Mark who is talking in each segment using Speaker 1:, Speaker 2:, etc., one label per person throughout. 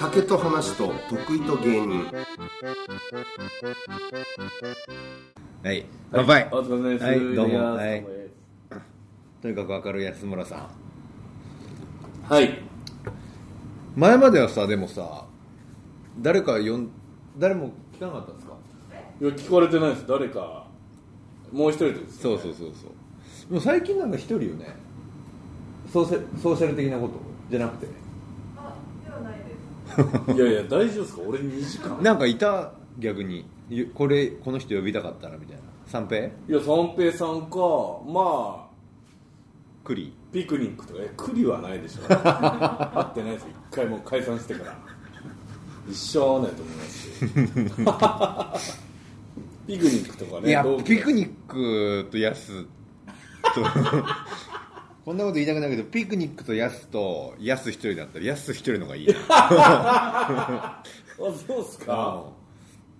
Speaker 1: 酒と話と得意と芸人
Speaker 2: はい、乾杯
Speaker 3: お疲れ様です。
Speaker 2: はい、どうも、
Speaker 3: い
Speaker 2: は
Speaker 3: や
Speaker 2: い、とにかく明るい安村さん
Speaker 3: はい。
Speaker 2: 前まではさ、でもさ誰か呼ん、誰も来なかったんですか
Speaker 3: いや、聞かれてないです。誰か。もう一人ってことです、。
Speaker 2: そうそううそうそうもう最近なんか一人よねソーシャソーシャル的なことじゃなくて
Speaker 3: いやいや、大丈夫ですか俺2時間。
Speaker 2: なんかいた逆にゆこれこの人呼びたかったなみたいな三平
Speaker 3: いや、三平さんか、まあ、
Speaker 2: クリ
Speaker 3: ピクニックとか、え、栗はないでしょ。会ってないです。一回もう解散してから。一生会わないと思いますし。ピクニックとかね。
Speaker 2: いや
Speaker 3: 同期
Speaker 2: ピクニックとヤス とこんなこと言いたくないけどピクニックとヤスとヤス一人だったらヤス一人の方がいいな
Speaker 3: あ、そうっすか。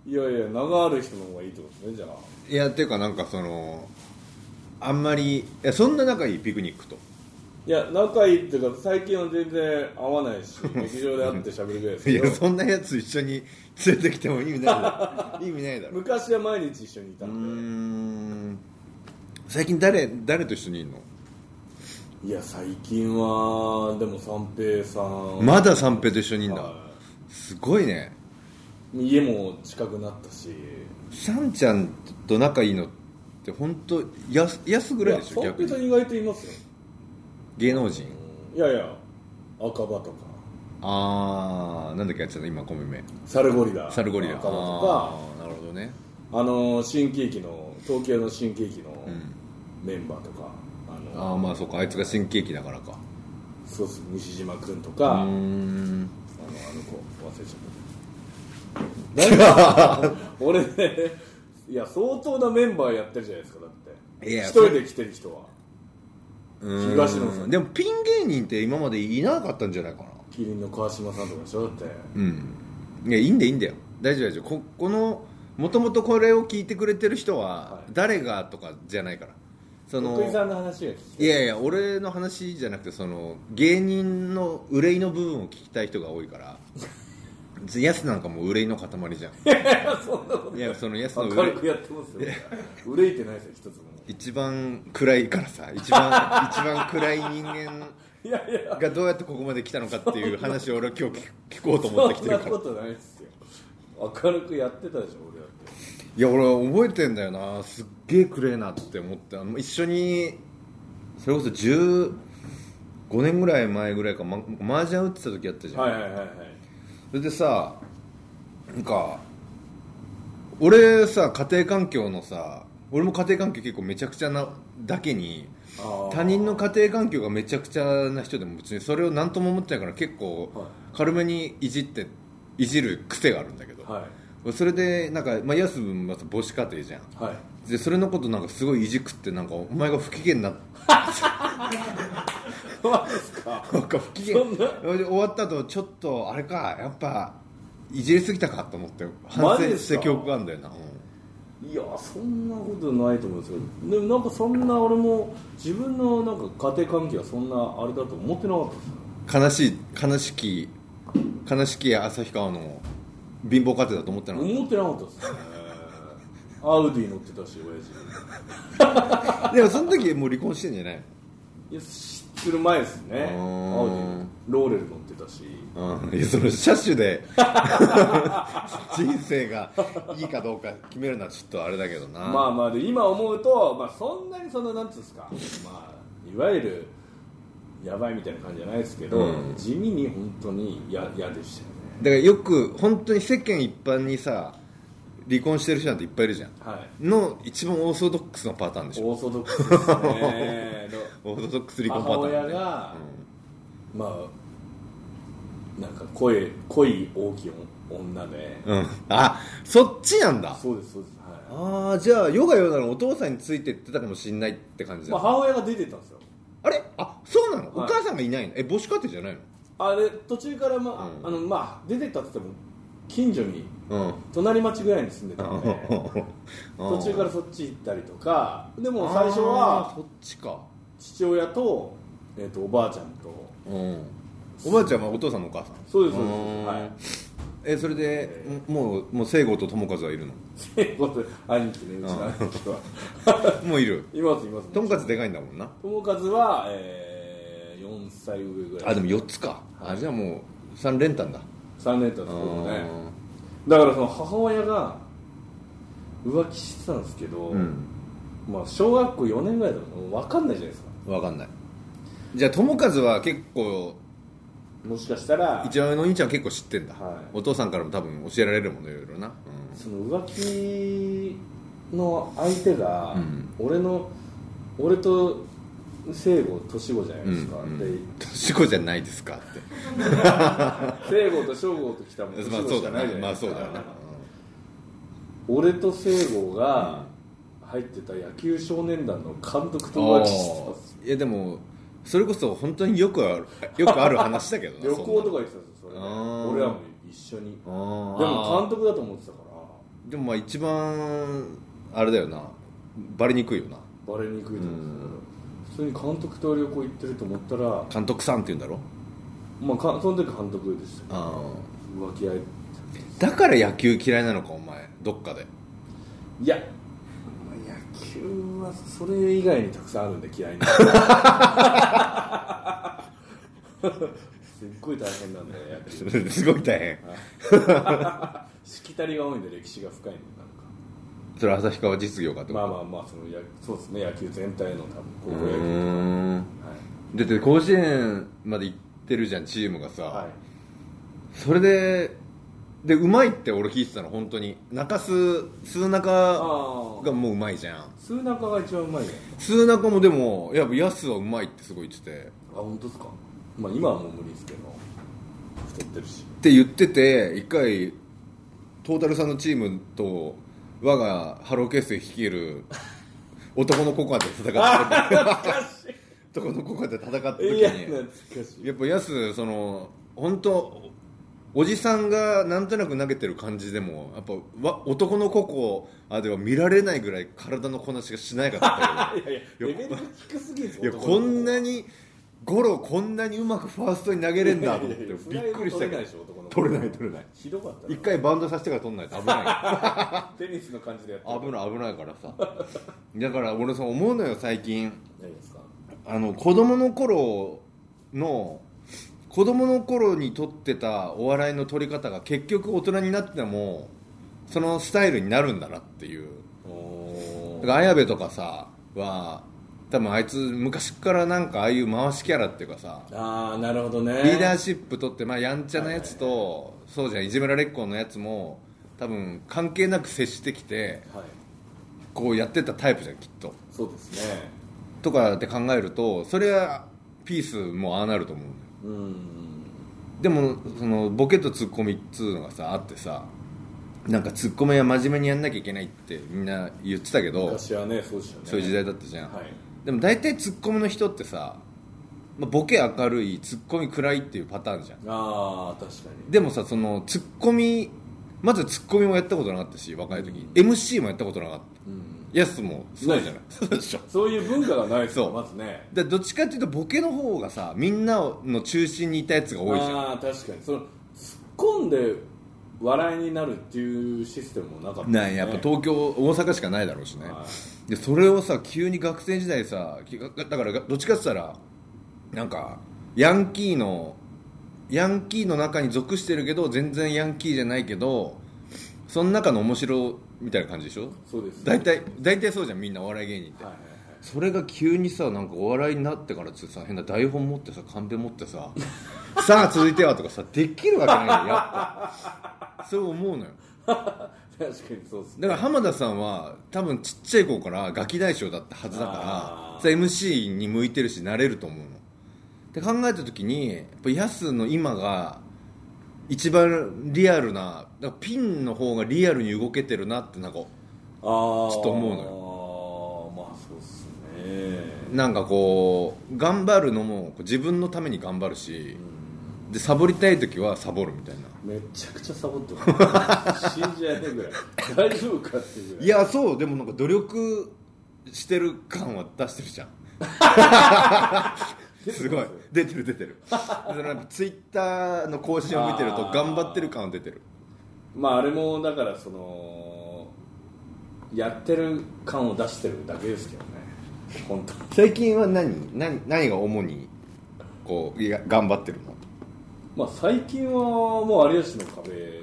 Speaker 3: いやいや、名がある人の方がいいってことね、じゃあ。
Speaker 2: いやっていうかなんかそのあんまりいやそんな仲いいピクニックと
Speaker 3: いや、仲いいっていうか、最近は全然会わない し、劇場で会って喋るぐらいです
Speaker 2: い
Speaker 3: けど
Speaker 2: や。そんなやつ一緒に 連れてきても意味ないだ ろ意味ないだろう
Speaker 3: 昔は毎日一緒にいた
Speaker 2: ー
Speaker 3: んで
Speaker 2: ん最近誰誰と一緒にいるの
Speaker 3: いや最近はでも三平さん
Speaker 2: まだ三平と一緒にいるんだ
Speaker 3: は
Speaker 2: すごいね
Speaker 3: い家も近くなったし
Speaker 2: さんちゃんと仲いいのって本当やすやすぐらいでしょ
Speaker 3: いや三
Speaker 2: 逆
Speaker 3: 平さん
Speaker 2: に
Speaker 3: 意外といますよ
Speaker 2: 芸能人
Speaker 3: いやいや赤羽とか
Speaker 2: ああなんだっけやつだ今米目
Speaker 3: サルゴリラ
Speaker 2: サルゴリラ
Speaker 3: 赤羽
Speaker 2: あーなるほどね
Speaker 3: とかあの新喜劇の東京の新喜劇の
Speaker 2: うん
Speaker 3: メンバーとか、あの
Speaker 2: ああまあそうかあいつが新喜劇だからか
Speaker 3: そうっす西島君と
Speaker 2: う
Speaker 3: か、
Speaker 2: ー
Speaker 3: あの
Speaker 2: ん
Speaker 3: あの子忘れちゃった誰か 俺ねいや相当なメンバーやってるじゃないですかだって
Speaker 2: いや
Speaker 3: 一人で来てる人は
Speaker 2: うーん
Speaker 3: 東野さん
Speaker 2: でもピン芸人って今までいなかったんじゃないかな
Speaker 3: キリンの川島さんとかでしょだって
Speaker 2: うんいやいいんだよいいんだよ大丈夫大丈夫ここのもともとこれを聞いてくれてる人は
Speaker 3: はい
Speaker 2: 誰がとかじゃないからその
Speaker 3: 徳井さんの話が聞きた
Speaker 2: いやいや俺の話じゃなくてその芸人の憂いの部分を聞きたい人が多いから ヤスなんかもう憂いの塊じゃんいやそのヤスの
Speaker 3: い
Speaker 2: 憂
Speaker 3: 明
Speaker 2: い
Speaker 3: るくやってますよ憂いてないですよ一つも
Speaker 2: 一番暗いからさ一番一番暗い人間
Speaker 3: いやいや
Speaker 2: がどうやってここまで来たのかっていう話を俺は今日聞聞こうと思ってき
Speaker 3: そん
Speaker 2: てる
Speaker 3: な
Speaker 2: から
Speaker 3: ことないですよ明るくやってたでしょ俺だって
Speaker 2: いや俺覚えてんだよなすっげえ暗えなって思ってあの一緒にそれこそ15年ぐらい前ぐらいかママージャン打ってた時やったじゃん、
Speaker 3: はいはいはいはい
Speaker 2: それでさなんか俺さ家庭環境のさ俺も家庭環境結構めちゃくちゃなだけに
Speaker 3: あー
Speaker 2: 他人の家庭環境がめちゃくちゃな人でも別にそれを何とも思ってないから結構
Speaker 3: はい
Speaker 2: 軽めにいじっていじる癖があるんだけど、
Speaker 3: は
Speaker 2: それでなんか、まあ、安分また母子家庭じゃん
Speaker 3: いはい
Speaker 2: でそれのことなんかすごいいじくってなんかお前が不機嫌になっなんか不機嫌
Speaker 3: そんな
Speaker 2: 終わった後ちょっとあれかやっぱいじりすぎたかと思って
Speaker 3: マ
Speaker 2: 反
Speaker 3: ジ
Speaker 2: 省
Speaker 3: です
Speaker 2: し
Speaker 3: か
Speaker 2: た記憶があるんだよな、うん
Speaker 3: いやそんなことないと思うんですけどでもなんかそんな俺も自分のなんか家庭関係はそんなあれだと思ってなかったですよ
Speaker 2: 悲しい悲しき悲しき旭川の貧乏家庭だと思ってなかっ
Speaker 3: 思ってなかったですねアウディ乗ってたし親父
Speaker 2: たでもその時もう離婚してんじゃない
Speaker 3: いやする前ですね
Speaker 2: うーん
Speaker 3: 青でローレル乗ってたし
Speaker 2: うん、いやその車種で 人生がいいかどうか決めるのはちょっとあれだけどな
Speaker 3: まあまあで今思うと、まあ、そんなにそのなんつうんですか、まあ、いわゆるやばいみたいな感じじゃないですけど、
Speaker 2: うん
Speaker 3: 地味に本当に嫌嫌でしたよね
Speaker 2: だからよく本当に世間一般にさ離婚してる人なんていっぱいいるじゃん
Speaker 3: はい
Speaker 2: の一番オーソドックスのパターンでしょ
Speaker 3: オーソドックスですね の
Speaker 2: オーソドックス離婚パターン
Speaker 3: 母親がまあなんか声濃い大きい女で、
Speaker 2: うん、うん、あそっちなんだ
Speaker 3: そうですそうですは
Speaker 2: あ
Speaker 3: い
Speaker 2: あじゃあヨガヨガのお父さんについてってたかもしんないって感じだ、
Speaker 3: まあ、母親が出てたんですよ
Speaker 2: あれあそうなの、
Speaker 3: はい
Speaker 2: お母さんがいないのえ母子家庭じゃない
Speaker 3: あれ途中から、まあ
Speaker 2: うん
Speaker 3: あのまあ、出てったって言っても近所に
Speaker 2: の
Speaker 3: 隣町ぐらいに住んで
Speaker 2: う
Speaker 3: た
Speaker 2: ん、
Speaker 3: ので 途中からそっち行ったりとかでも最初
Speaker 2: あー
Speaker 3: は
Speaker 2: そっちか
Speaker 3: 父親と,、えー、とおばあちゃんと
Speaker 2: うんおばあちゃんはお父さんのお母さん
Speaker 3: そうですそう
Speaker 2: う
Speaker 3: で
Speaker 2: ーん
Speaker 3: すはい
Speaker 2: えそれでもうもう聖子と友和はいるの
Speaker 3: ということで兄貴ねうちの兄貴は
Speaker 2: もういる
Speaker 3: いますいます
Speaker 2: とんかつでかいんだもんな
Speaker 3: 友和は、えー、4歳上ぐら
Speaker 2: あ
Speaker 3: い
Speaker 2: でも4つかあじゃあもう3連単だ
Speaker 3: 3年経つ
Speaker 2: う
Speaker 3: 頃ね
Speaker 2: ん
Speaker 3: だからその母親が浮気してたんですけど、
Speaker 2: うん
Speaker 3: まあ、小学校4年ぐらいだと分かんないじゃないですか
Speaker 2: 分かんないじゃあ友和は結構
Speaker 3: もしかしたら
Speaker 2: 一番上のお兄ちゃんは結構知ってんだ、
Speaker 3: はい
Speaker 2: お父さんからも多分教えられるものいろいろな、
Speaker 3: その浮気の相手が
Speaker 2: うん
Speaker 3: 俺の、俺と聖子年子じゃないですか、
Speaker 2: うんうん
Speaker 3: で
Speaker 2: 年子じゃないですかって
Speaker 3: 聖子と省吾と来たもん 年
Speaker 2: まあ
Speaker 3: 子
Speaker 2: そう
Speaker 3: し
Speaker 2: だ
Speaker 3: かな
Speaker 2: ない
Speaker 3: じゃな
Speaker 2: ま
Speaker 3: い
Speaker 2: あ
Speaker 3: です
Speaker 2: そう
Speaker 3: か、
Speaker 2: だよな、
Speaker 3: 俺と聖子が
Speaker 2: う
Speaker 3: 入ってた野球少年団の監督と
Speaker 2: あ
Speaker 3: 浮気してたんです
Speaker 2: ーいやでもそれこそ本当によくあるよくある話だけどな
Speaker 3: 旅行と
Speaker 2: か
Speaker 3: か行ってたんですよそれで
Speaker 2: あー
Speaker 3: 俺らも一緒に
Speaker 2: で
Speaker 3: でも監
Speaker 2: も
Speaker 3: 督だと思ってたから
Speaker 2: でもまあ一番あれだよなバレにくいよな
Speaker 3: バレにくいと思ってたけど普通に監督と旅行行ってると思ったら、
Speaker 2: 監督さんって言うんだろ
Speaker 3: まあ、かその時監督でした
Speaker 2: あ
Speaker 3: 浮気相手
Speaker 2: ーだから野球嫌いなのかお前どっかで
Speaker 3: いや、まあ、野球はそれ以外にたくさんあるんで嫌い なすっごい大変なんだよ野球
Speaker 2: すごい大変
Speaker 3: しきたりが多いんで歴史が深いんでなんか
Speaker 2: それ旭川実業かってこと
Speaker 3: まあまあまあそのやそうですね野球全体の
Speaker 2: う
Speaker 3: 多分高校野球、
Speaker 2: ーんだって甲子園まで行ってるじゃんチームがさ、
Speaker 3: はい、はい、
Speaker 2: それででうまいって俺聞いてたの本当に中洲数中
Speaker 3: あ
Speaker 2: が
Speaker 3: あ
Speaker 2: もううまいじゃん
Speaker 3: 数中が一番うまいね
Speaker 2: 数中もでもやっぱヤスはうまいってすごい言ってて
Speaker 3: あ本当ですかまあ今はもう無理ですけど太ってるし
Speaker 2: って言ってて一回トータルさんのチームと我がハローケース率いる男のココアで戦 ってる男のココアで戦った時に
Speaker 3: いや懐かしい
Speaker 2: やっぱヤスその本当おじさんがなんとなく投げてる感じでもやっぱわ男のココアでは見られないぐらい体のこなしがしなやかだったけ
Speaker 3: いやいやレベルが低すぎるんです
Speaker 2: どいや
Speaker 3: 男の
Speaker 2: こ
Speaker 3: 子
Speaker 2: んなにゴロこんなにうまくファーストに投げれんだと思ってび
Speaker 3: いやいや
Speaker 2: っくりし
Speaker 3: フラ
Speaker 2: た
Speaker 3: イも
Speaker 2: け
Speaker 3: 取れないでしょ男の
Speaker 2: ど
Speaker 3: 子
Speaker 2: 取れない取れない
Speaker 3: ひどかったな
Speaker 2: 一回バンドさせてから取んないと危ない
Speaker 3: テニスの感じでやって
Speaker 2: 危ない危ないからさだから俺さ思うのよ最近
Speaker 3: ないですか
Speaker 2: あの子供の頃の子供の頃に撮ってたお笑いの撮り方が結局大人になってもそのスタイルになるんだなっていう
Speaker 3: お
Speaker 2: だから綾部とかさは多分あいつ昔からなんかああいう回しキャラっていうかさ
Speaker 3: ああなるほどね
Speaker 2: リーダーシップ取って、まあ、やんちゃなやつとそうじゃんいじめられっ子のやつも多分関係なく接してきて
Speaker 3: はい
Speaker 2: こうやってたタイプじゃんきっと
Speaker 3: そうですね
Speaker 2: とかって考えるとそれはピースもああなると思うんだよ
Speaker 3: うん
Speaker 2: でもそのボケとツッコミっつうのがさあってさなんかツッコミは真面目にやんなきゃいけないってみんな言ってたけど、
Speaker 3: 昔はねそうでしたよね
Speaker 2: そういう時代だったじゃん、
Speaker 3: はい
Speaker 2: でも大体ツッコミの人ってさ、まあボケ明るいツッコミ暗いっていうパターンじゃん
Speaker 3: ああ確かに
Speaker 2: でもさそのツッコミまずツッコミもやったことなかったし若い時、MC もやったことなかった
Speaker 3: うん
Speaker 2: やすもそうじゃないそうでしょ
Speaker 3: そういう文化がないですよ
Speaker 2: そう
Speaker 3: まずね
Speaker 2: でどっちかっていうとボケの方がさみんなの中心にいたやつが多いじゃん
Speaker 3: ああ確かにその突っ込んで笑いになるっていうシステムもなかった
Speaker 2: ないやっぱ東京、大阪しかないだろうしね、
Speaker 3: は
Speaker 2: でそれをさ急に学生時代さきだからがどっちかって言ったらなんかヤンキーのヤンキーの中に属してるけど全然ヤンキーじゃないけどその中の面白みたいな感じでしょ
Speaker 3: そうです
Speaker 2: 大体大体そうじゃんみんなお笑い芸人って、
Speaker 3: はいはい
Speaker 2: それが急にさなんかお笑いになってからってさ変な台本持ってさカンペ持ってさ さあ続いてはとかさできるわけないよやっぱそう思うのよ
Speaker 3: はい 確かにそうですね
Speaker 2: だから浜田さんは多分ちっちゃい頃からガキ大将だったはずだから
Speaker 3: あー
Speaker 2: それ MC に向いてるしなれると思うのって考えた時にやっぱヤスの今が一番リアルなだからピンの方がリアルに動けてるなってなんか
Speaker 3: ああ
Speaker 2: ちょっと思うの
Speaker 3: よまあそうっすね
Speaker 2: なんかこう頑張るのも自分のために頑張るしでサボりたい時はサボるみたいな
Speaker 3: めちゃくちゃサボってます 信じられないぐらい大丈夫かっていうぐら
Speaker 2: い
Speaker 3: い
Speaker 2: やそうでもなんか 努力してる感は出してるじゃんすごい出てる出てるそれなんかツイッターの更新を見てると
Speaker 3: あー
Speaker 2: 頑張ってる感は出てる
Speaker 3: まああれもだからそのやってる感を出してるだけですけどね本当に
Speaker 2: 最近は何何何が主にこういや頑張ってるの
Speaker 3: まあ最近はもう有吉の壁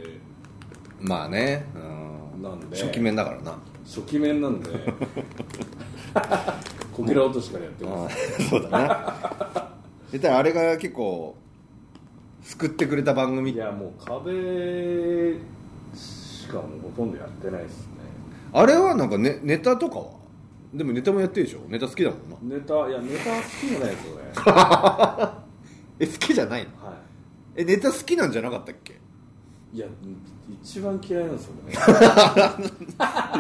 Speaker 2: まあねうん
Speaker 3: なんで
Speaker 2: 初期面だからな
Speaker 3: 初期面な んでこけら落としからやってます、
Speaker 2: うんそうだ な言ったらあれが結構救ってくれた番組
Speaker 3: いやもう壁しかもうほとんどやってないですね
Speaker 2: あれはなんか、ね、ネタとかはでもネタもやってるでしょネタ好きだもんな
Speaker 3: ネタいやネタ好きじゃないですよね
Speaker 2: え好きじゃないの
Speaker 3: は
Speaker 2: えネタ好きなんじゃなかったっ け
Speaker 3: いいや一番嫌いなんですよね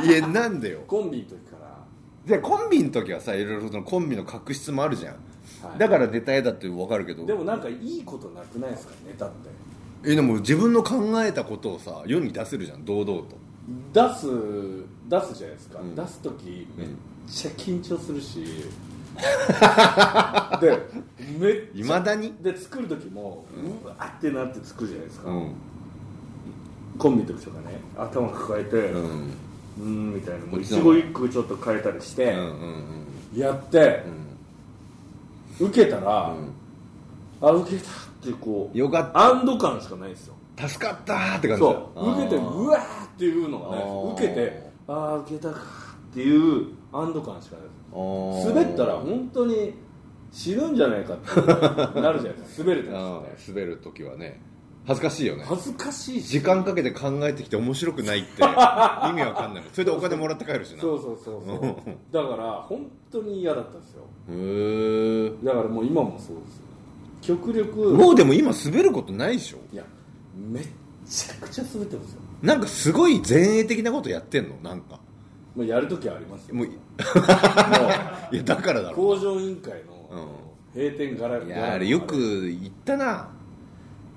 Speaker 2: いやなんでよ
Speaker 3: コンビの時から
Speaker 2: でコンビの時はさいろいろそのコンビの確執もあるじゃん、
Speaker 3: はい
Speaker 2: だからネタ絵だって分かるけど
Speaker 3: でもなんかいいことなくないですかネタって
Speaker 2: えでも自分の考えたことをさ世に出せるじゃん堂々と
Speaker 3: 出す出すじゃないですか、
Speaker 2: ん
Speaker 3: 出す時
Speaker 2: ん
Speaker 3: めっちゃ緊張するし、 でめっ
Speaker 2: い
Speaker 3: ちゃ
Speaker 2: まだに
Speaker 3: で作る時も、うわーってなって作るじゃないですか、
Speaker 2: うん
Speaker 3: コンビの時とかね頭抱えて
Speaker 2: う
Speaker 3: うんーんみたいなもう
Speaker 2: こっ
Speaker 3: 一
Speaker 2: ちの
Speaker 3: 期一句ちょっと変えたりして、
Speaker 2: うんうん
Speaker 3: やって
Speaker 2: う、ん
Speaker 3: 受けたら、
Speaker 2: うん
Speaker 3: あ受けたってこう
Speaker 2: よかった
Speaker 3: 安堵感しかないんですよ
Speaker 2: 助かったーって感じだ
Speaker 3: そう受けて
Speaker 2: あー
Speaker 3: うわーっていうのがない
Speaker 2: あー
Speaker 3: です受けてああ受けたかっていう安堵感しかないです
Speaker 2: あー
Speaker 3: 滑ったら本当に死ぬんじゃないかってなるじゃない ですか滑ると
Speaker 2: あ
Speaker 3: きっ
Speaker 2: ー
Speaker 3: て
Speaker 2: 滑る時はね恥ずかしいよね
Speaker 3: 恥ずかしいし
Speaker 2: 時間かけて考えてきて面白くないって 意味わかんないそれでお金もらって帰るしな
Speaker 3: そうそうそうそうだから本当に嫌だったんですよ
Speaker 2: へえ
Speaker 3: だからもう今もそうですよ極力
Speaker 2: もうでも今滑ることないでしょ
Speaker 3: いやめっちゃくちゃ滑ってますよ、
Speaker 2: なんかすごい前衛的なことやってんのなんか
Speaker 3: まあ、やるときはありますよ
Speaker 2: もういいやだからだろ
Speaker 3: 工場委員会の閉店ガラ
Speaker 2: いやあれよく言ったな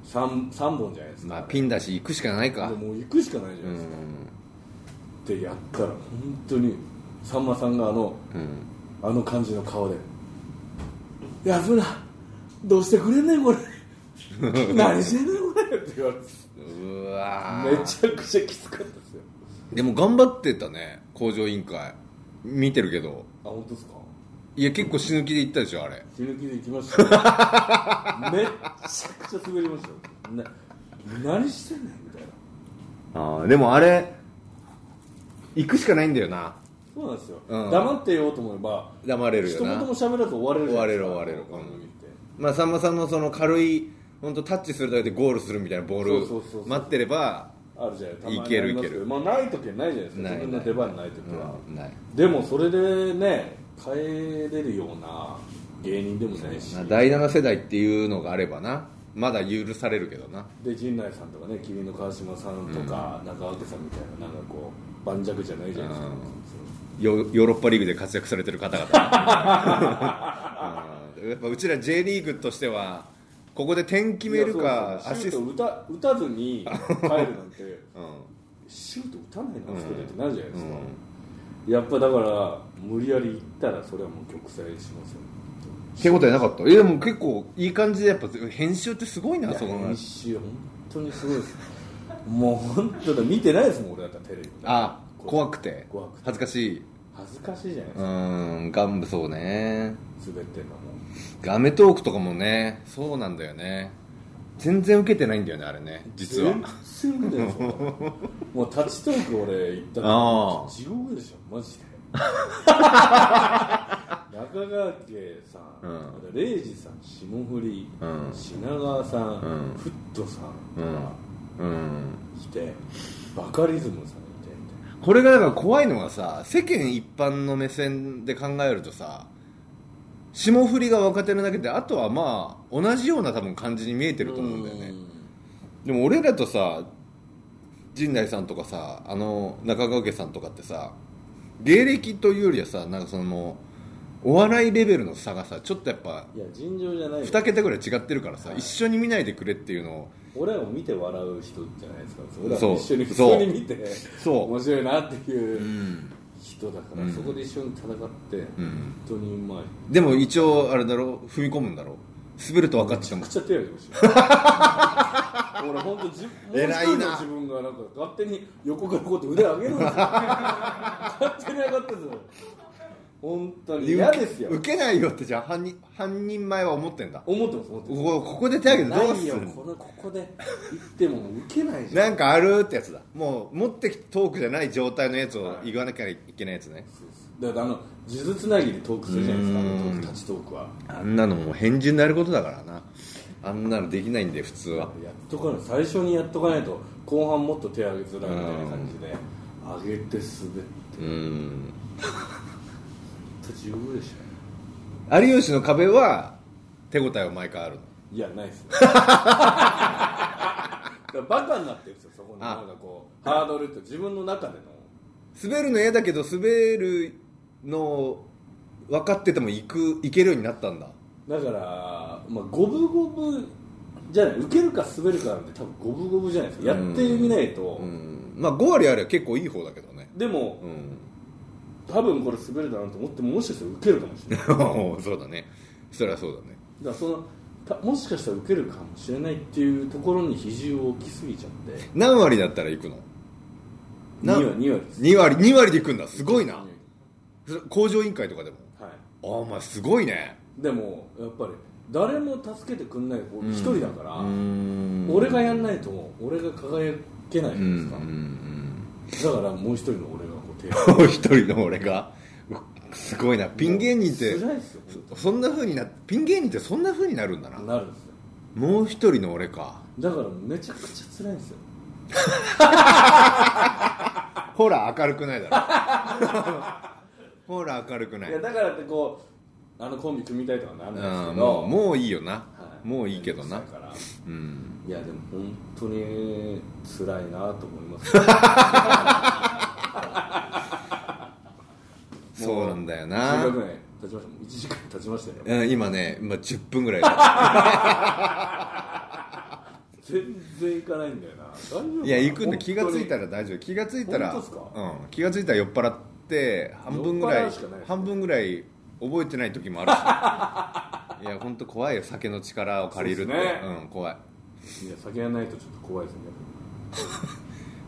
Speaker 3: 3, 三本じゃないですか、
Speaker 2: まあピンだし行くしかないか
Speaker 3: でもう行くしかないじゃ
Speaker 2: う
Speaker 3: ないですか、
Speaker 2: ん
Speaker 3: ってやったら本当にさんまさんがあの
Speaker 2: うん
Speaker 3: あの感じの顔で「やぶなどうしてくれんね んこれ何してんねんこれ」って言われて
Speaker 2: うわー
Speaker 3: めちゃくちゃきつかったですよ
Speaker 2: でも頑張ってたね工場委員会見てるけど
Speaker 3: あ本当ですか
Speaker 2: いや結構死ぬ気で行ったでしょあれ
Speaker 3: 手抜きで行きました よめっちゃくちゃ滑りましたよな何してんねんみたいな
Speaker 2: あでもあれ行くしかないんだよな
Speaker 3: そうなんですよ、
Speaker 2: うん
Speaker 3: 黙ってようと思えば
Speaker 2: 黙れる
Speaker 3: 一
Speaker 2: よ
Speaker 3: 言
Speaker 2: な
Speaker 3: も喋らず終われるじゃないですか
Speaker 2: 終われる終われる
Speaker 3: この番組って
Speaker 2: まあさんまさんのその軽い本当タッチするだけでゴールするみたいなボ
Speaker 3: そうそうそう
Speaker 2: ー
Speaker 3: そう
Speaker 2: ル待ってれば
Speaker 3: あるじゃないたまに
Speaker 2: いける
Speaker 3: あります
Speaker 2: いける
Speaker 3: まあない時はないじゃないですか
Speaker 2: ない
Speaker 3: 自分の出番ない時は、
Speaker 2: うんない
Speaker 3: でもそれでね帰れるような芸人でもないし、
Speaker 2: まあ第7世代っていうのがあればなまだ許されるけどな
Speaker 3: で陣内さんとかね君の川島さんとか、中脇さんみたいななんかこう盤石じゃないじゃないですか、
Speaker 2: うんヨヨーロッパリーグで活躍されてる 方々うんやっぱうちら J リーグとしてはここで点決める
Speaker 3: いや
Speaker 2: か
Speaker 3: そう
Speaker 2: ア
Speaker 3: そうシュ
Speaker 2: シ
Speaker 3: ート
Speaker 2: ス
Speaker 3: 打た打たず に帰るなんて
Speaker 2: ト、うん
Speaker 3: シュート打たないのあそこでってなるじゃないですか、
Speaker 2: っ
Speaker 3: やっぱだから無理やり行ったらそれはもう曲線しますよ
Speaker 2: てことはなかったえでも結構いい感じでやっぱ編集ってすごい
Speaker 3: い
Speaker 2: な
Speaker 3: や
Speaker 2: その
Speaker 3: 編集本当にすごいですもう本当だ見てないですもん俺だったらテレビ
Speaker 2: あ怖く
Speaker 3: て
Speaker 2: て
Speaker 3: 怖くて
Speaker 2: 恥ずかしい
Speaker 3: 恥ずかしいじゃないうで
Speaker 2: んガンブそうね
Speaker 3: すか滑ってんのも
Speaker 2: ガメトークとかもねそうなんだよね全然受けてないんだよねあれね実は
Speaker 3: 全然ですよもう立ちトーク俺行ったら
Speaker 2: ああ
Speaker 3: 地獄でしょ マジで中川家さん、
Speaker 2: う
Speaker 3: レイジさん霜降り、
Speaker 2: うん
Speaker 3: 品川さん、
Speaker 2: うん
Speaker 3: フットさんが
Speaker 2: うん
Speaker 3: いて、バカリズムさんいてみたいな
Speaker 2: これがだから怖いのがさ世間一般の目線で考えるとさ霜降りが若手なだけであとはまあ同じような多分感じに見えてると思うんだよねでも俺らとさ陣内さんとかさあの中川家さんとかってさ芸歴というよりはさなんかそのお笑いレベルの差がさちょっとやっぱ
Speaker 3: いや尋常じゃないよ
Speaker 2: 2桁ぐらい違ってるからさ、
Speaker 3: はい
Speaker 2: 一緒に見ないでくれっていうのを
Speaker 3: 俺らを見て笑う人じゃないですか俺ら
Speaker 2: そ
Speaker 3: も
Speaker 2: う
Speaker 3: 一緒に普
Speaker 2: そう
Speaker 3: 通に見て
Speaker 2: そう
Speaker 3: 面白いなっていううん人だから、そこで一緒に戦って、
Speaker 2: うん
Speaker 3: 本当にうまい
Speaker 2: でも一応あれだろ踏み込むんだろ滑ると分かってても
Speaker 3: 食っちゃってやるかもしれ ない俺本当自もう一
Speaker 2: 偉い
Speaker 3: 人
Speaker 2: な
Speaker 3: の自分がなんか勝手に横からこうやって腕上げる んですよ勝手に上がってるんですよ本当に嫌ですよ
Speaker 2: 受けないよってじゃあ犯人犯人前は思ってんだこ
Speaker 3: 思ってます思ってます
Speaker 2: こここで手挙げてどう
Speaker 3: ない
Speaker 2: す
Speaker 3: よ
Speaker 2: る
Speaker 3: このここ で行っても受けないじゃん
Speaker 2: なんかあるってやつだもう持ってきてトークじゃない状態のやつを言わなきゃいけないやつね
Speaker 3: だからあの数珠つなぎでトークするじゃないですかあのトーク立ちトークは
Speaker 2: あんなのもう変人になることだからなあんなのできないんで普通は
Speaker 3: やっとかない最初にやっとかないと後半もっと手上げづらいみたいな感じで上げて滑って
Speaker 2: うん
Speaker 3: 地獄でし
Speaker 2: 有吉の壁は手応えは毎回あるの
Speaker 3: ょいやないっ すねだからバカになってるんですよそこの
Speaker 2: あ
Speaker 3: なんかこうハードルって自分の中での
Speaker 2: 滑るの嫌だけど滑るの分かってても行く行けるようになったんだ
Speaker 3: だからまあ五分五分じゃない受けるか滑るかなんて多分五分五分じゃないですかやってみないと
Speaker 2: うんまあ5割あれば結構いい方だけどね
Speaker 3: でも
Speaker 2: うん
Speaker 3: 多分これ滑るだなと思ってももしかしたら受けるかもしれない
Speaker 2: そうだねそりゃそうだね
Speaker 3: だからそのたもしかしたら受けるかもしれないっていうところに比重を置きすぎちゃって
Speaker 2: 何割だったら行くの
Speaker 3: 2
Speaker 2: な
Speaker 3: 割2割です
Speaker 2: 2割2割で行くんだすごい
Speaker 3: は
Speaker 2: なそれ工場委員会とかでも
Speaker 3: い
Speaker 2: ああお前すごいね
Speaker 3: でもやっぱり誰も助けてくんない俺一人だから、
Speaker 2: ん
Speaker 3: 俺がやんないと俺が輝けないじゃないですか、
Speaker 2: ん
Speaker 3: だからもう一人の俺がこう手を
Speaker 2: うん 一人の俺がうわすごいなピン芸人って
Speaker 3: 辛いですよ本
Speaker 2: そんな風になピン芸人ってそんな風になるんだな
Speaker 3: 当なるんですよ
Speaker 2: もう一人の俺か
Speaker 3: だからめちゃくちゃ辛いんですよ
Speaker 2: ほら明るくないだろ ほら明るくない
Speaker 3: いやだからってこうあのコンビ組みたいとかなるんですけ
Speaker 2: あ
Speaker 3: ど
Speaker 2: あもうもういいよな、
Speaker 3: は
Speaker 2: もういいけどな
Speaker 3: だから
Speaker 2: うん
Speaker 3: いやでも本当に辛いなと思い ます
Speaker 2: そうなんだよな
Speaker 3: 16年経ちました1時間経ちましたよ
Speaker 2: うん今ね今10分ぐらいだ
Speaker 3: 全然行かないんだよな大丈夫かない
Speaker 2: や行くんで気がついた
Speaker 3: 本
Speaker 2: ら大丈夫気がついたら
Speaker 3: 本当っすか
Speaker 2: うん、気がついたら酔っ払って半分ぐらい
Speaker 3: 酔っ払うしかない
Speaker 2: 半分ぐらい覚えてない時もあ るしいや本当怖いよ酒の力を借りるって
Speaker 3: そうっすね
Speaker 2: うん怖い
Speaker 3: 当にいや酒やんないとちょっと怖いですね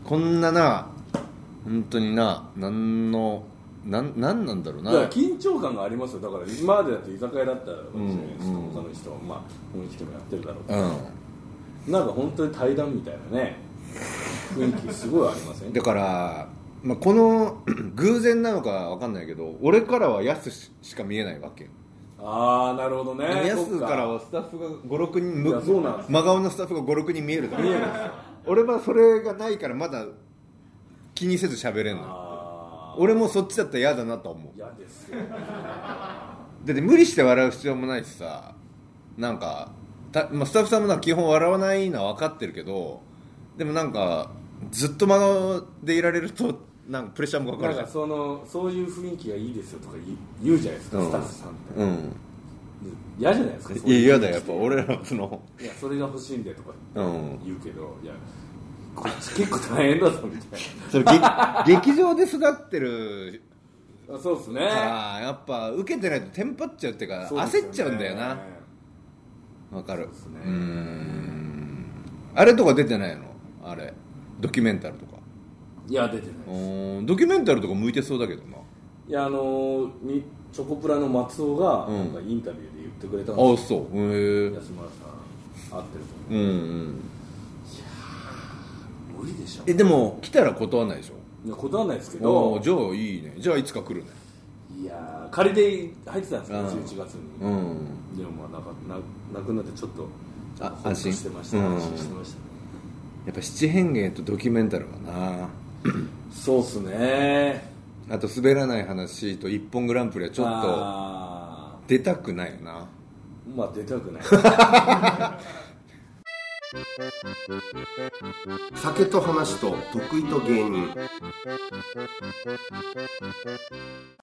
Speaker 2: こんなな本当にな何のなんなんなんだろう
Speaker 3: だ
Speaker 2: な
Speaker 3: から緊張感がありますよだから今までだって居酒屋だったらかもしれないですけど
Speaker 2: うん
Speaker 3: 他の人はまあ雰囲気でもやってるだろうけ
Speaker 2: うん
Speaker 3: どなんか本当に対談みたいなね雰囲気すごいありません
Speaker 2: だから、まあ、この 偶然なのかわかんないけど俺からはヤスししか見えないわけ、
Speaker 3: ああなるほどね
Speaker 2: ヤ
Speaker 3: そ
Speaker 2: ス
Speaker 3: っ
Speaker 2: からはスタッフが56人
Speaker 3: いやそうなんです
Speaker 2: 真顔のスタッフが56人見えるだけ
Speaker 3: 見えるんですよ
Speaker 2: 俺はそれがないからまだ気にせず喋れんの
Speaker 3: あー
Speaker 2: 俺もそっちだったら嫌だなと思う
Speaker 3: 嫌ですよ
Speaker 2: だって無理して笑う必要もないしさなんかた、まあ、スタッフさんもなんか基本笑わないのは分かってるけどでもなんかずっと真顔でいられるとなんかプレッシャーもかか
Speaker 3: な
Speaker 2: る
Speaker 3: ん
Speaker 2: じゃ
Speaker 3: か
Speaker 2: ん
Speaker 3: そのそういう雰囲気がいいですよとか言う言うじゃないですか、
Speaker 2: うん
Speaker 3: スタッフさんって
Speaker 2: うん
Speaker 3: 嫌じゃないですかそう
Speaker 2: いや
Speaker 3: いう
Speaker 2: 嫌だよやっぱ俺らはその
Speaker 3: いやそれが欲しいんでとか
Speaker 2: うん
Speaker 3: 言うけどいやこっち結構大変だぞみたい
Speaker 2: それ劇 劇場で育ってる
Speaker 3: なあそうですね
Speaker 2: からやっぱ受けてないとテンパっちゃうっていうか
Speaker 3: そうですよね
Speaker 2: 焦っちゃうんだよなわかる
Speaker 3: そうですね
Speaker 2: うーんあれとか出てないのあれドキュメンタルとか
Speaker 3: いや出て
Speaker 2: う
Speaker 3: ないです
Speaker 2: ーんドキュメンタルとか向いてそうだけどない
Speaker 3: やあのーみチョコプラの松尾が
Speaker 2: うん
Speaker 3: なんかインタビューで言ってくれたん
Speaker 2: あ
Speaker 3: で
Speaker 2: あ
Speaker 3: す
Speaker 2: そう
Speaker 3: よ
Speaker 2: へえ
Speaker 3: 安村さん合ってると
Speaker 2: うんうん
Speaker 3: 思う無理でしょ
Speaker 2: えでも来たら断らないでしょ
Speaker 3: いや断らないですけ
Speaker 2: お
Speaker 3: ど
Speaker 2: ーじゃあいいねじゃあいつか来るね
Speaker 3: いやー仮で入ってたんですよ
Speaker 2: うん
Speaker 3: 11月に
Speaker 2: うん
Speaker 3: でもまあなんかななくなってちょっと
Speaker 2: あ
Speaker 3: ほっとしてましたね
Speaker 2: 安
Speaker 3: 安
Speaker 2: 心
Speaker 3: 心してましたね
Speaker 2: やっぱ七変化とドキュメンタルかな
Speaker 3: そうっすね
Speaker 2: あと滑らない話と「一本グランプリ」はちょっと
Speaker 3: あ
Speaker 2: 出たくないよな
Speaker 3: ーまあ出たくない
Speaker 1: 酒と話と得意と芸人